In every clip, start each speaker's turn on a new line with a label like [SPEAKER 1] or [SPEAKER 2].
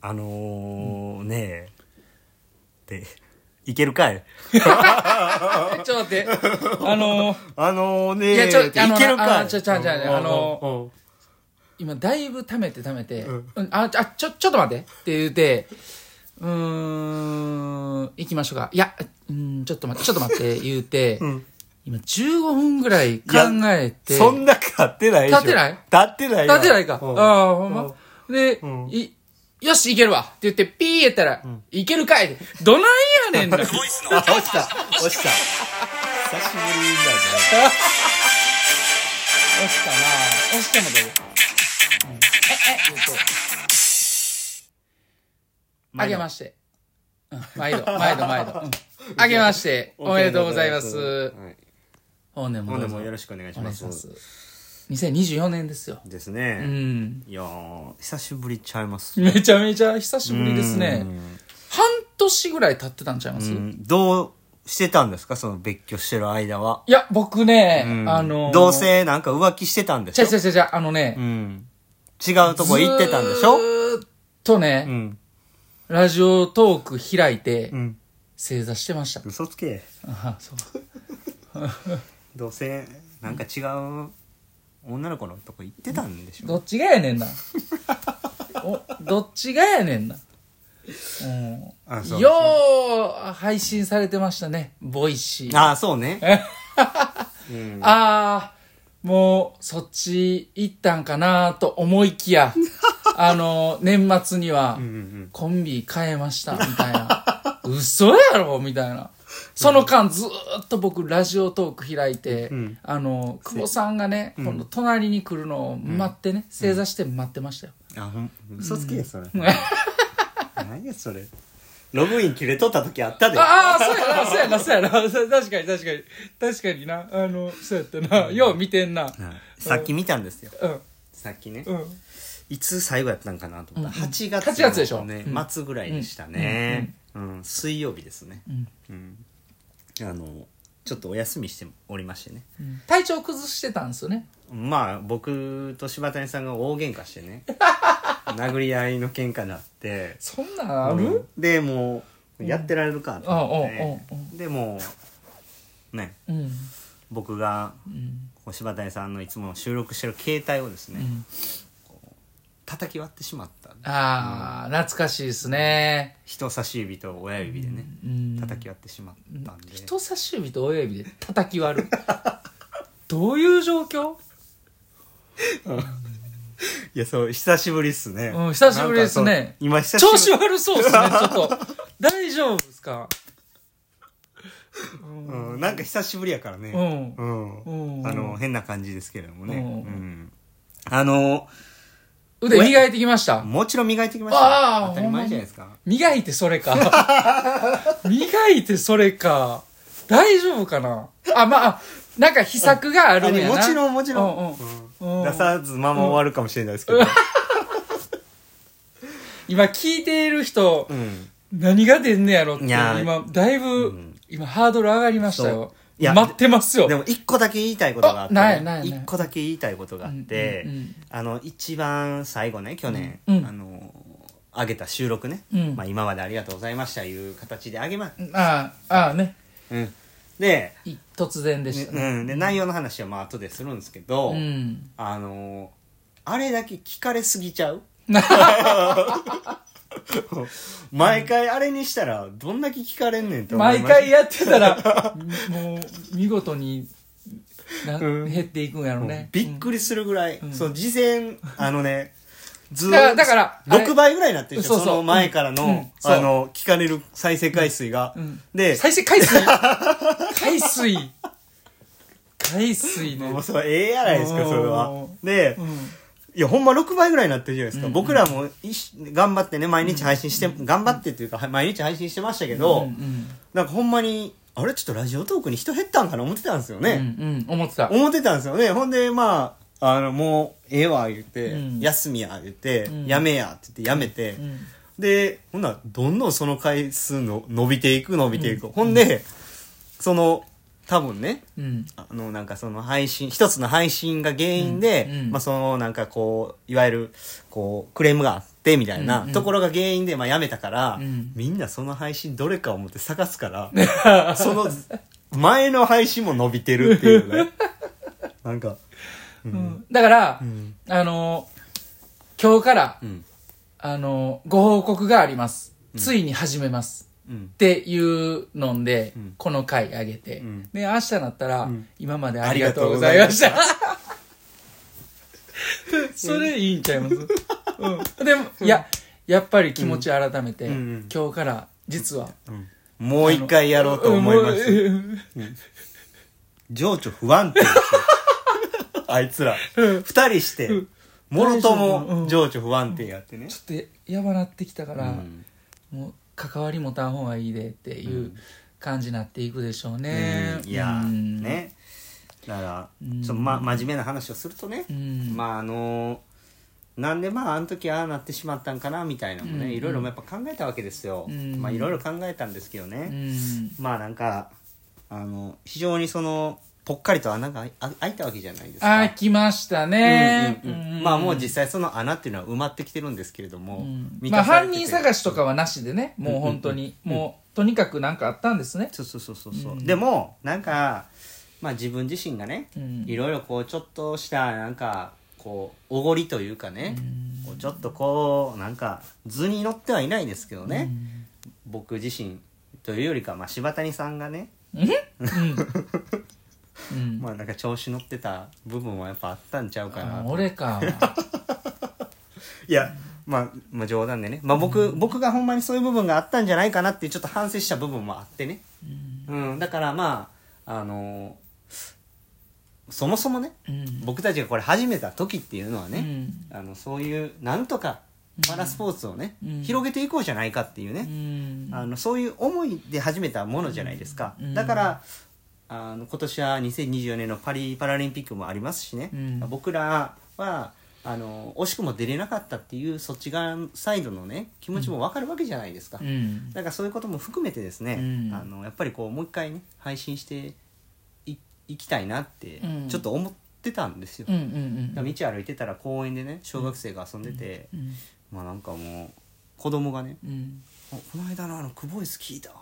[SPEAKER 1] あのー、ねえ、で、いけるかい
[SPEAKER 2] え ちょっと待って。あのー、
[SPEAKER 1] あのー、ねえ、
[SPEAKER 2] いや、ちょ、
[SPEAKER 1] い
[SPEAKER 2] あの、
[SPEAKER 1] ける
[SPEAKER 2] あ
[SPEAKER 1] か
[SPEAKER 2] の
[SPEAKER 1] い
[SPEAKER 2] ちょ、ちょ、ちょ、あのー、
[SPEAKER 3] の
[SPEAKER 2] 今、だいぶ溜めて溜めて、うんあ、ちょあ、ちょ、ちょっと待ってって言うて、うーん、行きましょうか。いや、うん、ちょっと待って、ちょっと待って言うて、今、15分ぐらい考えて、
[SPEAKER 1] そんなかってないでしょ。
[SPEAKER 2] 立ってない
[SPEAKER 1] 立ってないよ
[SPEAKER 2] 立てないか。
[SPEAKER 3] うん
[SPEAKER 2] ああ、ほんま。で、
[SPEAKER 3] ん
[SPEAKER 2] い、よし、いけるわって言って、ピーやったら、いけるかいどないやねんな。
[SPEAKER 1] あ、落ちた、落ちた。久しぶりだ
[SPEAKER 2] 押したな押しても出る、ええ言うとあ
[SPEAKER 1] ね。
[SPEAKER 2] げまして、うん、毎度毎度毎度、うん、あげま しておめでとうございます
[SPEAKER 1] はい
[SPEAKER 2] 本年も
[SPEAKER 1] 今
[SPEAKER 2] ど
[SPEAKER 1] 度
[SPEAKER 2] うぞ
[SPEAKER 1] もよ
[SPEAKER 2] お
[SPEAKER 1] ろしくお願いし
[SPEAKER 2] 願
[SPEAKER 1] ま
[SPEAKER 2] いし
[SPEAKER 1] す。
[SPEAKER 2] ます2024年ですよ
[SPEAKER 1] です
[SPEAKER 2] う
[SPEAKER 1] ね。
[SPEAKER 2] ん
[SPEAKER 1] いやー、久しぶりちゃいます。
[SPEAKER 2] めちゃめちゃ久しぶりですね
[SPEAKER 1] うん
[SPEAKER 2] 半年ぐらい経ってたんちゃいます、
[SPEAKER 1] うんどうしてたんですかその別居してる間は。
[SPEAKER 2] いや僕ね、
[SPEAKER 1] うん
[SPEAKER 2] あのー、
[SPEAKER 1] どうせなんか浮気してたんで
[SPEAKER 2] ち
[SPEAKER 1] し
[SPEAKER 2] ゃ
[SPEAKER 1] ょ
[SPEAKER 2] ちゃちゃちゃあのね、
[SPEAKER 1] うん。違うとこ行ってたんでしょ
[SPEAKER 2] ずーっとね、
[SPEAKER 1] うん。
[SPEAKER 2] ラジオトーク開いて、
[SPEAKER 1] うん。
[SPEAKER 2] 正座してました
[SPEAKER 1] 嘘つけ。
[SPEAKER 2] あそう
[SPEAKER 1] どうせ、なんか違う女の子のとこ行ってたんでしょ
[SPEAKER 2] どっちがやね んな。おどっちがやねんな。
[SPEAKER 1] あ
[SPEAKER 2] う
[SPEAKER 1] そ
[SPEAKER 2] ん、
[SPEAKER 1] う
[SPEAKER 2] よう配信されてましたね、ボイシー。あ
[SPEAKER 1] ああ、そうね。うん
[SPEAKER 2] あー、もうそっち行ったんかなと思い きや、あの、年末には
[SPEAKER 1] うんうん。
[SPEAKER 2] コンビ変えました、みたいな。 嘘やろみたいな。その間ずーっと僕ラジオトーク開いて、
[SPEAKER 1] うん
[SPEAKER 2] あの、久保さんがね、今度隣に来るのを待ってね、正座して待ってましたよ。
[SPEAKER 1] あ、ほん、嘘つけ、それ。何や、それ。ログイン切れとった時あったで。
[SPEAKER 2] ああ、そうやな、そうやな、そうやな。確かに、確かに。確かにな。あの、そうやったな。よう見てんな。
[SPEAKER 1] はいさっき見たんですよ。
[SPEAKER 2] うん、
[SPEAKER 1] さっきね
[SPEAKER 2] う。ん。
[SPEAKER 1] いつ最後やったんかなと思った。8月。
[SPEAKER 2] 8月でしょ
[SPEAKER 1] ね
[SPEAKER 2] う。ん
[SPEAKER 1] 末ぐらいでしたね。うん。水曜日ですね。うん。あの、ちょっとお休みしておりましてね。
[SPEAKER 2] 体調崩してたんですよね。
[SPEAKER 1] まあ僕と柴谷さんが大喧嘩して ね殴り合いの喧嘩になって
[SPEAKER 2] そんなんある、
[SPEAKER 1] うんでもうやってられるかと思って、
[SPEAKER 2] うんうんうん
[SPEAKER 1] でもうね
[SPEAKER 2] うん。
[SPEAKER 1] 僕がこう柴谷さんのいつも収録してる携帯をですね、こう叩き割ってしまった
[SPEAKER 2] ああ、懐かしいですね。
[SPEAKER 1] 人差し指と親指でね、
[SPEAKER 2] うん
[SPEAKER 1] 叩き割ってしまったんで、
[SPEAKER 2] 人差し指と親指で叩き割る。 どういう状況
[SPEAKER 1] いやそう久しぶりっすね、
[SPEAKER 2] うん久しぶりですね
[SPEAKER 1] なんかそう今久しぶ
[SPEAKER 2] 調
[SPEAKER 1] り
[SPEAKER 2] 子悪そうですね、 ちょっと。大丈夫ですか
[SPEAKER 1] うん、なんか久しぶりやからね、
[SPEAKER 2] う
[SPEAKER 1] うん
[SPEAKER 2] うん
[SPEAKER 1] あの変な感じですけれどもね、
[SPEAKER 2] う
[SPEAKER 1] うんんあの
[SPEAKER 2] 腕磨いてきました。
[SPEAKER 1] もちろん磨いてきまし
[SPEAKER 2] あ
[SPEAKER 1] た
[SPEAKER 2] あ
[SPEAKER 1] 当たり前じゃないですか
[SPEAKER 2] 磨いてそ れか。磨いてそれか。大丈夫かなあ、まあ、なんか秘策があるんやな。
[SPEAKER 1] あもちろんもちろん
[SPEAKER 2] うんうんうん
[SPEAKER 1] 出さずまま終わるかもしれないですけど、
[SPEAKER 2] 今聞いている人、
[SPEAKER 1] うん
[SPEAKER 2] 何が出んねやろって、
[SPEAKER 1] いや
[SPEAKER 2] 今、だいぶ、
[SPEAKER 1] ん
[SPEAKER 2] 今ハードル上がりました
[SPEAKER 1] そう
[SPEAKER 2] よ。
[SPEAKER 1] いや
[SPEAKER 2] 待ってますよ。
[SPEAKER 1] でも一個だけ言いたいことがあって、
[SPEAKER 2] あないないない
[SPEAKER 1] 一個だけ言いたいことがあって、
[SPEAKER 2] うんうんうん
[SPEAKER 1] あの一番最後ね去年、
[SPEAKER 2] うん
[SPEAKER 1] あの上げた収録ね、
[SPEAKER 2] うん
[SPEAKER 1] まあ、今までありがとうございましたいう形で上げま、
[SPEAKER 2] ああ、ああね。
[SPEAKER 1] うん、で,、
[SPEAKER 2] い突然でした
[SPEAKER 1] う
[SPEAKER 2] ね。
[SPEAKER 1] ん、で内容の話はまあ後でするんですけど、
[SPEAKER 2] うん。
[SPEAKER 1] あのーあれだけ聞かれすぎち ゃう毎回あれにしたらどんだけ聞かれんねんって思い
[SPEAKER 2] 毎
[SPEAKER 1] ました
[SPEAKER 2] 回やってた ら、もう、見事に、な
[SPEAKER 1] うん
[SPEAKER 2] 減っていくんやろね。
[SPEAKER 1] びっくりするぐらい、その事前あの ねず
[SPEAKER 2] だから
[SPEAKER 1] ー
[SPEAKER 2] だからあれ
[SPEAKER 1] 6倍ぐらいになってるでしょ
[SPEAKER 2] そう
[SPEAKER 1] そ
[SPEAKER 2] そう
[SPEAKER 1] の前からの,、
[SPEAKER 2] うんうんそう
[SPEAKER 1] あの聞かれる再生回数が、
[SPEAKER 2] ん
[SPEAKER 1] で
[SPEAKER 2] 再生海水海水海水ね
[SPEAKER 1] もうそれええやないですかそれは
[SPEAKER 2] お
[SPEAKER 1] で、
[SPEAKER 2] う
[SPEAKER 1] いやほんま6倍ぐらいになってるじゃないですか、僕らもいし頑張ってね毎日配信して、頑張ってっていうかは毎日配信してましたけど、
[SPEAKER 2] んうん
[SPEAKER 1] なんかほんまにあれちょっとラジオトークに人減ったんかな思ってたんですよ
[SPEAKER 2] う
[SPEAKER 1] ね、
[SPEAKER 2] んうん思ってた
[SPEAKER 1] 思ってたんですよねほんでまああのもうええわ言って、
[SPEAKER 2] うん
[SPEAKER 1] 休みや言って、
[SPEAKER 2] ん
[SPEAKER 1] やめやって言ってやめて、
[SPEAKER 2] うん
[SPEAKER 1] でほんならどんどんその回数の伸びていく伸びていく、ほんでその多分ね
[SPEAKER 2] うん
[SPEAKER 1] あのなんかその配信一つの配信が原因で、
[SPEAKER 2] うんうん
[SPEAKER 1] まあ、そのなんかこういわゆるこうクレームがあっってみたいなところが原因でまあやめたから、
[SPEAKER 2] ん
[SPEAKER 1] みんなその配信どれか思って探すから その前の配信も伸びてるっていう ねなんか
[SPEAKER 2] うんだから、あの今日から、
[SPEAKER 1] ん
[SPEAKER 2] あのご報告があります、ついに始めます
[SPEAKER 1] うん
[SPEAKER 2] っていうので、
[SPEAKER 1] ん
[SPEAKER 2] この回あげて、
[SPEAKER 1] ん
[SPEAKER 2] で明日なったら、
[SPEAKER 1] ん
[SPEAKER 2] 今までありがとうございました それいいんちゃ います、うん、でも、いややっぱり気持ち改めて、
[SPEAKER 1] んうん
[SPEAKER 2] 今日から実は、
[SPEAKER 1] もう一回やろうと思います
[SPEAKER 2] うんもう
[SPEAKER 1] 情緒不安定でしょあいつら二人してもろとも情緒不安定やってね
[SPEAKER 2] ちょっとやばなってきたから、
[SPEAKER 1] うん
[SPEAKER 2] もう関わり持たん方がいいでっていう感じになっていくでしょうね、
[SPEAKER 1] うんいや
[SPEAKER 2] う
[SPEAKER 1] ー
[SPEAKER 2] ん
[SPEAKER 1] ねだから
[SPEAKER 2] うん
[SPEAKER 1] ちょっとま真面目な話をするとね
[SPEAKER 2] うん
[SPEAKER 1] まああのーなんでまああの時ああなってしまったんかなみたいなのも
[SPEAKER 2] うん
[SPEAKER 1] ねいろいろやっぱ考えたわけですよ
[SPEAKER 2] うん
[SPEAKER 1] まあいろいろ考えたんですけど
[SPEAKER 2] う
[SPEAKER 1] ね
[SPEAKER 2] ん
[SPEAKER 1] まあなんかあの非常にそのぽっかりと穴があ開いたわけじゃないです
[SPEAKER 2] あ
[SPEAKER 1] か
[SPEAKER 2] ー来ましたね、
[SPEAKER 1] うんうんうんまあもう実際その穴っていうのは埋まってきてるんですけれども、
[SPEAKER 2] うん
[SPEAKER 1] 満
[SPEAKER 2] まあ
[SPEAKER 1] たされ
[SPEAKER 2] 犯
[SPEAKER 1] てて
[SPEAKER 2] 人探しとかはなしでねもう本当に、もうとにかくなんかあったんですね
[SPEAKER 1] そうそうそうそう、
[SPEAKER 2] う
[SPEAKER 1] うんでもなんか、まあ、自分自身がね、
[SPEAKER 2] うん
[SPEAKER 1] いろいろこうちょっとしたなんかこうおごりというかね、こうちょっとこうなんか図に乗ってはいないですけどね、僕自身というよりか、まあ、柴谷さんがね、
[SPEAKER 2] うん、
[SPEAKER 1] まあ、なんか調子乗ってた部分はやっぱあったんちゃうかな
[SPEAKER 2] あ
[SPEAKER 1] と
[SPEAKER 2] 俺か
[SPEAKER 1] いや、まあ、まあ冗談でね、まあ、僕、僕がほんまにそういう部分があったんじゃないかなっていうちょっと反省した部分もあってね、うんだからまああのそもそもね、
[SPEAKER 2] うん
[SPEAKER 1] 僕たちがこれ始めた時っていうのは
[SPEAKER 2] う
[SPEAKER 1] ね、
[SPEAKER 2] ん
[SPEAKER 1] あのそういうなんとかパラスポーツをね、
[SPEAKER 2] うん
[SPEAKER 1] 広げていこうじゃないかっていう
[SPEAKER 2] う
[SPEAKER 1] ね、
[SPEAKER 2] ん
[SPEAKER 1] あのそういう思いで始めたものじゃないですか、
[SPEAKER 2] うん
[SPEAKER 1] だからあの今年は2024年のパリパラリンピックもありますしね、
[SPEAKER 2] うん
[SPEAKER 1] 僕らはあの惜しくも出れなかったっていうそっち側サイドのね気持ちも分かるわけじゃないですか、
[SPEAKER 2] うん
[SPEAKER 1] だからそういうことも含めてですね、
[SPEAKER 2] うん
[SPEAKER 1] あのやっぱりこうもう一回ね配信していいきたいなって
[SPEAKER 2] うん
[SPEAKER 1] ちょっと思ってたんですよ、
[SPEAKER 2] うんうん
[SPEAKER 1] だから道歩いてたら公園でね小学生が遊んでて、
[SPEAKER 2] うん
[SPEAKER 1] まあなんかもう子供がね
[SPEAKER 2] うん
[SPEAKER 1] 「あこの間のあのクボイス聞いたわ」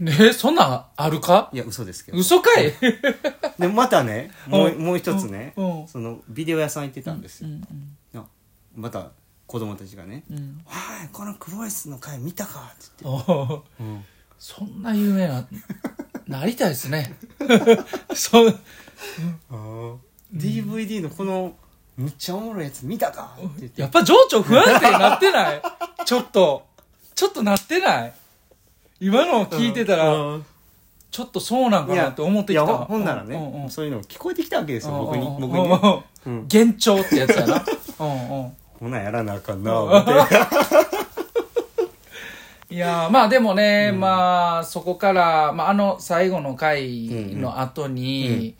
[SPEAKER 2] ねそんなんあるか
[SPEAKER 1] いや嘘ですけど
[SPEAKER 2] 嘘かい
[SPEAKER 1] でまたねもう
[SPEAKER 2] うん
[SPEAKER 1] もう一つね
[SPEAKER 2] うん
[SPEAKER 1] そのビデオ屋さん行ってたんです
[SPEAKER 2] う
[SPEAKER 1] よ、
[SPEAKER 2] ん
[SPEAKER 1] あまた子供たちがね
[SPEAKER 2] うんうん
[SPEAKER 1] 「はいこのクボイスの回見たか」っつって、
[SPEAKER 2] おー
[SPEAKER 1] うん
[SPEAKER 2] そんな有名な、なりたいですね。そう、
[SPEAKER 1] DVD のこのむっちゃおもろいやつ見たか」って言って
[SPEAKER 2] やっぱ情緒不安定になってないちょっと、ちょっとなってない今のを聞いてたら、
[SPEAKER 1] うん
[SPEAKER 2] ちょっとそうなんか
[SPEAKER 1] い
[SPEAKER 2] な
[SPEAKER 1] や
[SPEAKER 2] って思ってきた
[SPEAKER 1] いや
[SPEAKER 2] わ。
[SPEAKER 1] ほんなら
[SPEAKER 2] うんうんう
[SPEAKER 1] ね
[SPEAKER 2] ん
[SPEAKER 1] そういうの聞こえてきたわけですよ僕に
[SPEAKER 2] うんうん
[SPEAKER 1] 僕にね
[SPEAKER 2] うん
[SPEAKER 1] うん
[SPEAKER 2] 幻聴ってやつやな。うんうん
[SPEAKER 1] ほなやらなあかんな思って
[SPEAKER 2] いやーまあでもね、まあそこから、まあ、あの最後の回の後に、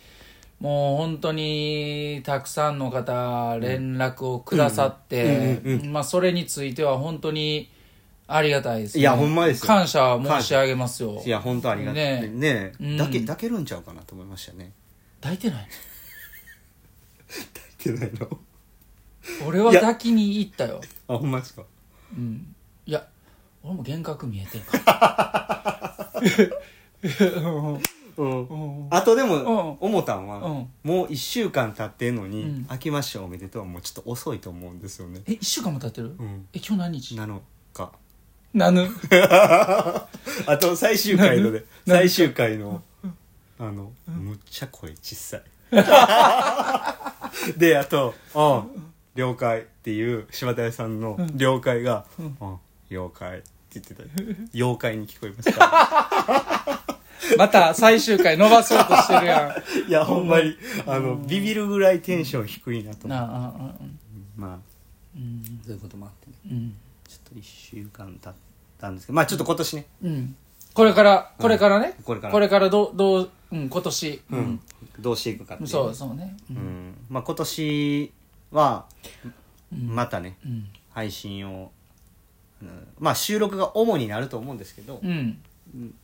[SPEAKER 2] もう本当にたくさんの方連絡をくださって、
[SPEAKER 1] うんうんうん
[SPEAKER 2] まあそれについては本当にありがたいです、ね、
[SPEAKER 1] いやほんまですよ
[SPEAKER 2] 感謝申し上げますよ
[SPEAKER 1] いや本当ありがた
[SPEAKER 2] ねえ
[SPEAKER 1] いね
[SPEAKER 2] うん
[SPEAKER 1] えだけ抱けるんちゃうかなと思いましたね
[SPEAKER 2] 抱いてない
[SPEAKER 1] 抱いてないの
[SPEAKER 2] 俺はい
[SPEAKER 1] や
[SPEAKER 2] 抱きに行ったよ
[SPEAKER 1] あほんまですか
[SPEAKER 2] うんいや俺も幻覚見えてるから う
[SPEAKER 1] う
[SPEAKER 2] ん
[SPEAKER 1] んあとでも思ったん
[SPEAKER 2] う
[SPEAKER 1] は
[SPEAKER 2] ん
[SPEAKER 1] もう1週間経ってんのに
[SPEAKER 2] うん
[SPEAKER 1] 「明けましておめでとう」はもうちょっと遅いと思うんですよね
[SPEAKER 2] え一週間も経ってる、
[SPEAKER 1] うん
[SPEAKER 2] え今日何日
[SPEAKER 1] なのか
[SPEAKER 2] なぬ
[SPEAKER 1] あと最終回のね
[SPEAKER 2] なんで
[SPEAKER 1] 最終回のあのむっちゃ声小さい であと「うん了解」っていう柴田屋さんの「了解」が「うん了解」って言ってた妖怪に聞こえました
[SPEAKER 2] また最終回伸ばそうとしてるや
[SPEAKER 1] いやほんまにあのビビるぐらいテンション低いなと
[SPEAKER 2] ん。なあ、ああ
[SPEAKER 1] まあ
[SPEAKER 2] うん、
[SPEAKER 1] そういうこともあってね
[SPEAKER 2] うん、
[SPEAKER 1] ちょっと1週間経ったんですけどまあちょっと今年ね
[SPEAKER 2] うん。これから、これからね。
[SPEAKER 1] これから
[SPEAKER 2] これからどう、どう、うん、今年。
[SPEAKER 1] う。んどうしていくかっていう
[SPEAKER 2] そう、そうね。う
[SPEAKER 1] うんんまあ今年はまたね
[SPEAKER 2] うん。
[SPEAKER 1] 配信を、うんまあ収録が主になると思うんですけど、
[SPEAKER 2] うん。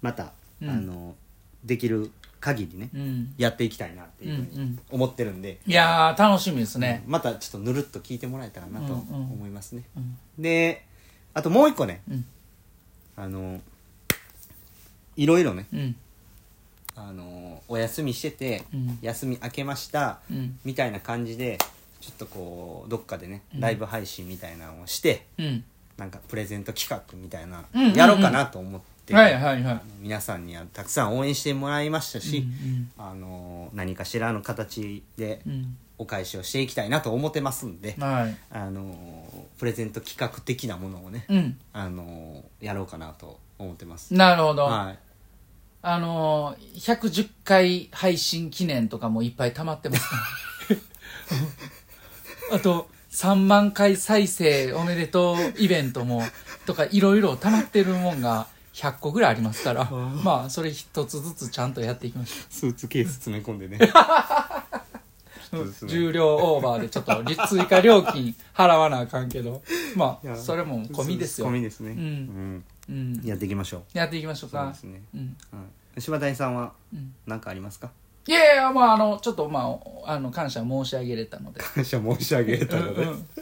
[SPEAKER 1] また、
[SPEAKER 2] うん
[SPEAKER 1] あのできる限りね、
[SPEAKER 2] うん
[SPEAKER 1] やっていきたいなっていうふうに思ってるんで、
[SPEAKER 2] いやー楽しみですね、
[SPEAKER 1] またちょっとぬるっと聞いてもらえたらなと
[SPEAKER 2] うんうん
[SPEAKER 1] 思いますね、
[SPEAKER 2] うん
[SPEAKER 1] であともう一個ね、
[SPEAKER 2] うん
[SPEAKER 1] あのいろいろね
[SPEAKER 2] うん
[SPEAKER 1] あのお休みしてて、
[SPEAKER 2] うん
[SPEAKER 1] 休み明けました、
[SPEAKER 2] うん
[SPEAKER 1] みたいな感じでちょっとこうどっかでねライブ配信みたいなのをして、
[SPEAKER 2] うん
[SPEAKER 1] なんかプレゼント企画みたいな、
[SPEAKER 2] うんうんうん
[SPEAKER 1] やろうかなと思って、
[SPEAKER 2] はいはいはい
[SPEAKER 1] 皆さんにはたくさん応援してもらいましたし、
[SPEAKER 2] うん
[SPEAKER 1] あの何かしらの形で
[SPEAKER 2] うん
[SPEAKER 1] お返しをしていきたいなと思ってますんで、
[SPEAKER 2] はい
[SPEAKER 1] あのプレゼント企画的なものをね、
[SPEAKER 2] うん
[SPEAKER 1] あのやろうかなと思ってます。
[SPEAKER 2] なるほど、
[SPEAKER 1] はい
[SPEAKER 2] あのー、110回配信記念とかもいっぱい溜まってま すからあと3万回再生おめでとうイベントもとかいろいろ溜まってるもんが100個ぐらいありますからまあそれ一つずつちゃんとやっていきましょう
[SPEAKER 1] スーツケース詰め込んで ねそうですね
[SPEAKER 2] 重量オーバーでちょっと追加料金払わなあかんけどま
[SPEAKER 1] い
[SPEAKER 2] あ
[SPEAKER 1] や
[SPEAKER 2] それも込みですよ
[SPEAKER 1] 込みですね、
[SPEAKER 2] うんうん
[SPEAKER 1] やっていきましょう
[SPEAKER 2] やっていきましょう
[SPEAKER 1] そう
[SPEAKER 2] か
[SPEAKER 1] ですね、
[SPEAKER 2] うん
[SPEAKER 1] はい、柴谷さんは
[SPEAKER 2] うん
[SPEAKER 1] 何かありますか
[SPEAKER 2] いやいやまああのちょっとまああの感謝申し上げれたので
[SPEAKER 1] 感謝申し上げたので、
[SPEAKER 2] うんうん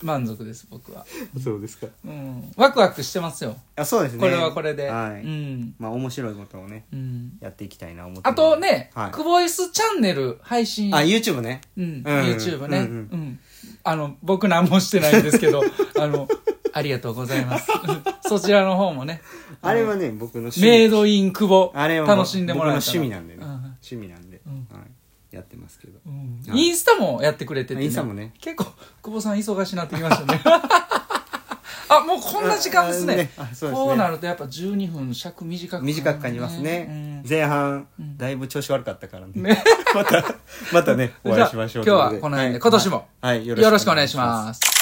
[SPEAKER 2] 満足です僕は、
[SPEAKER 1] そうですか
[SPEAKER 2] うん、ワクワクしてますよ
[SPEAKER 1] あそうですね
[SPEAKER 2] これはこれで、
[SPEAKER 1] はい
[SPEAKER 2] うん
[SPEAKER 1] まあ面白いことをね
[SPEAKER 2] うん、
[SPEAKER 1] やっていきたいな思って
[SPEAKER 2] あとね、
[SPEAKER 1] はい、
[SPEAKER 2] クボイスチャンネル配信
[SPEAKER 1] あ YouTube ね
[SPEAKER 2] うん
[SPEAKER 1] ん
[SPEAKER 2] YouTube ね、う
[SPEAKER 1] うんん
[SPEAKER 2] あの僕何もしてないんですけど あのありがとうございます そちらの方もね
[SPEAKER 1] あれはね僕の趣味
[SPEAKER 2] メイドイン久保
[SPEAKER 1] あれは
[SPEAKER 2] 楽しんでもらえたら
[SPEAKER 1] 僕の趣味なんでね、
[SPEAKER 2] うん
[SPEAKER 1] 趣味なんで、
[SPEAKER 2] ん
[SPEAKER 1] はい、やってますけど、
[SPEAKER 2] うん
[SPEAKER 1] はい
[SPEAKER 2] インスタもやってくれてて、
[SPEAKER 1] インスタもね
[SPEAKER 2] 結構久保さん忙しいなってき ましたねあもうこんな時間ですね
[SPEAKER 1] ああねあそうですね
[SPEAKER 2] こうなるとやっぱ12分尺短く、
[SPEAKER 1] 短く感じますね、
[SPEAKER 2] うん
[SPEAKER 1] 前半、だいぶ調子悪かったからね またまたねお会いしましょう
[SPEAKER 2] じゃあ今日はこの辺で、今年も
[SPEAKER 1] はい、はい
[SPEAKER 2] よろしくお願いします